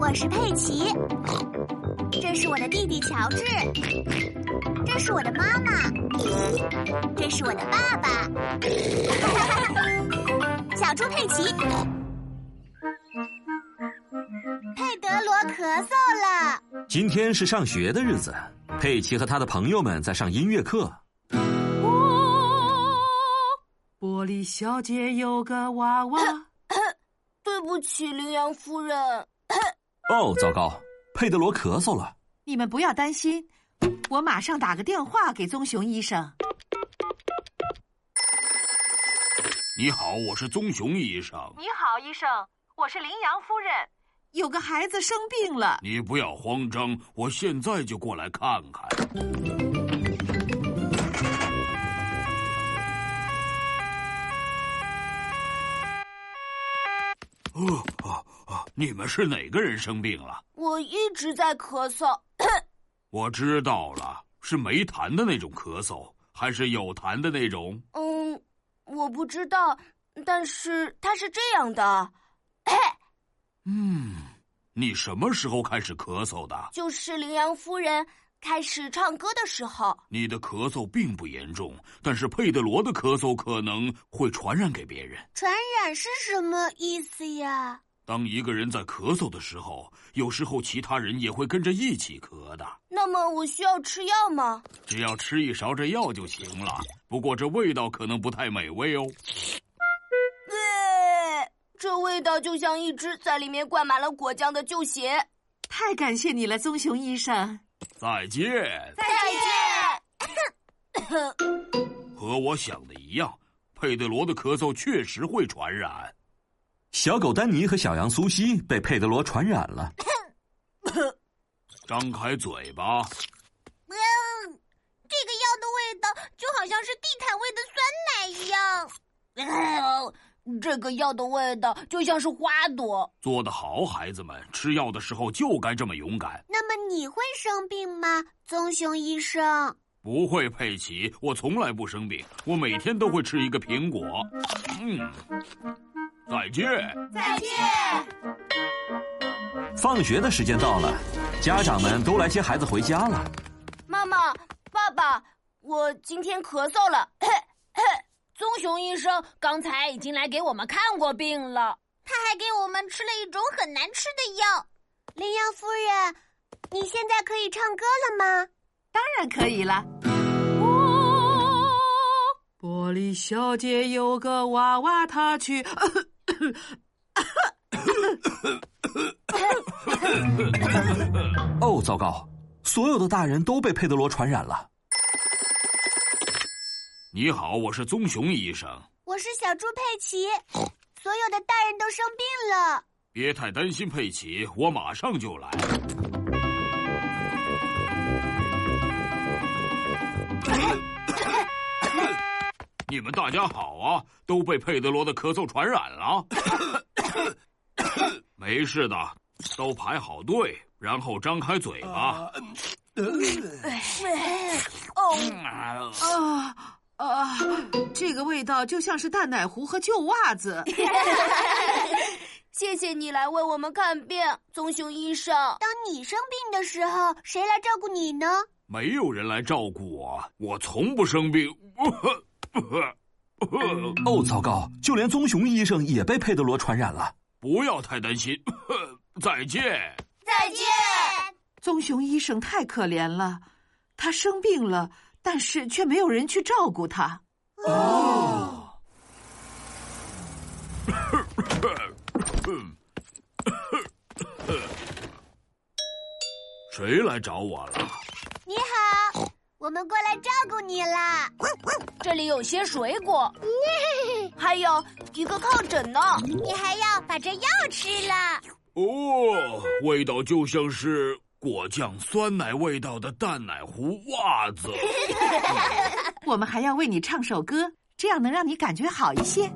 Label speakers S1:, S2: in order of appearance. S1: 我是佩奇，这是我的弟弟乔治，这是我的妈妈，这是我的爸 爸，小猪佩奇。佩德罗咳嗽了。
S2: 今天是上学的日子，佩奇和他的朋友们在上音乐课。
S3: 玻璃小姐有个娃娃。
S4: 呃
S5: 对不起，羚羊夫人。
S2: 哦，糟糕，佩德罗咳嗽了。
S4: 你们不要担心，我马上打个电话给棕熊医生。
S6: 你好，我是棕熊医生。
S7: 你好，医生，我是羚羊夫人。
S4: 有个孩子生病了。
S6: 你不要慌张，我现在就过来看看。哦哦哦！你们是哪个人生病了？
S5: 我一直在咳嗽。
S6: 我知道了，是没痰的那种咳嗽，还是有痰的那种？
S5: 嗯，我不知道，但是它是这样的。
S6: 嗯，你什么时候开始咳嗽的？
S5: 就是羚羊夫人开始唱歌的时候。
S6: 你的咳嗽并不严重，但是佩德罗的咳嗽可能会传染给别人。
S1: 传染是什么意思呀？
S6: 当一个人在咳嗽的时候，有时候其他人也会跟着一起咳的。
S5: 那么我需要吃药吗？
S6: 只要吃一勺这药就行了，不过这味道可能不太美味哦。
S5: 对，这味道就像一只在里面灌满了果酱的旧鞋。
S4: 太感谢你了，棕熊医生。
S6: 再见。
S5: 再见。
S6: 和我想的一样，佩德罗的咳嗽确实会传染。
S2: 小狗丹尼和小羊苏西被佩德罗传染了。
S6: 张开嘴巴。
S1: 嗯，这个药的味道就好像是地毯味的酸奶一样。
S5: 呃、 这个药的味道就像是花朵。
S6: 做得好，孩子们，吃药的时候就该这么勇敢。
S1: 那么你会生病吗，棕熊医生？
S6: 不会，佩奇，我从来不生病，我每天都会吃一个苹果。嗯。再见！
S1: 再见！
S2: 放学的时间到了，家长们都来接孩子回家了。
S5: 妈妈、爸爸，我今天咳嗽了。 棕熊医生刚才已经来给我们看过病了，
S1: 他还给我们吃了一种很难吃的药。羚羊夫人，你现在可以唱歌了吗？
S4: 当然可以了。
S5: 哦
S3: 玻璃小姐有个娃娃，她 去。
S2: 哦，糟糕！所有的大人都被佩德罗传染了。
S6: 你好，我是棕熊医生。
S1: 我是小猪佩奇。所有的大人都生病了。
S6: 别太担心，佩奇，我马上就来。你们大家好啊！都被佩德罗的咳嗽传染了。没事的，都排好队，然后张开嘴巴。
S3: 哦啊啊！这个味道就像是蛋奶糊和旧袜子。
S5: 谢谢你来为我们看病，棕熊医生。
S1: 当你生病的时候，谁来照顾你呢？
S6: 没有人来照顾我，我从不生病。
S2: 哦，糟糕！就连棕熊医生也被佩德罗传染了。
S6: 不要太担心， 再见。
S1: 再见。
S4: 棕熊医生太可怜了，他生病了，但是却没有人去照顾他。
S2: 哦。
S6: 谁来找我了？
S1: 你好，我们过来照顾你啦。
S5: 这里有些水 果，还有一个靠枕呢。
S1: 你还要把这药吃了。
S6: 哦，味道就像是果酱酸奶味道的蛋奶糊袜子。
S4: 我们还要为你唱首歌，这样能让你感觉好一些。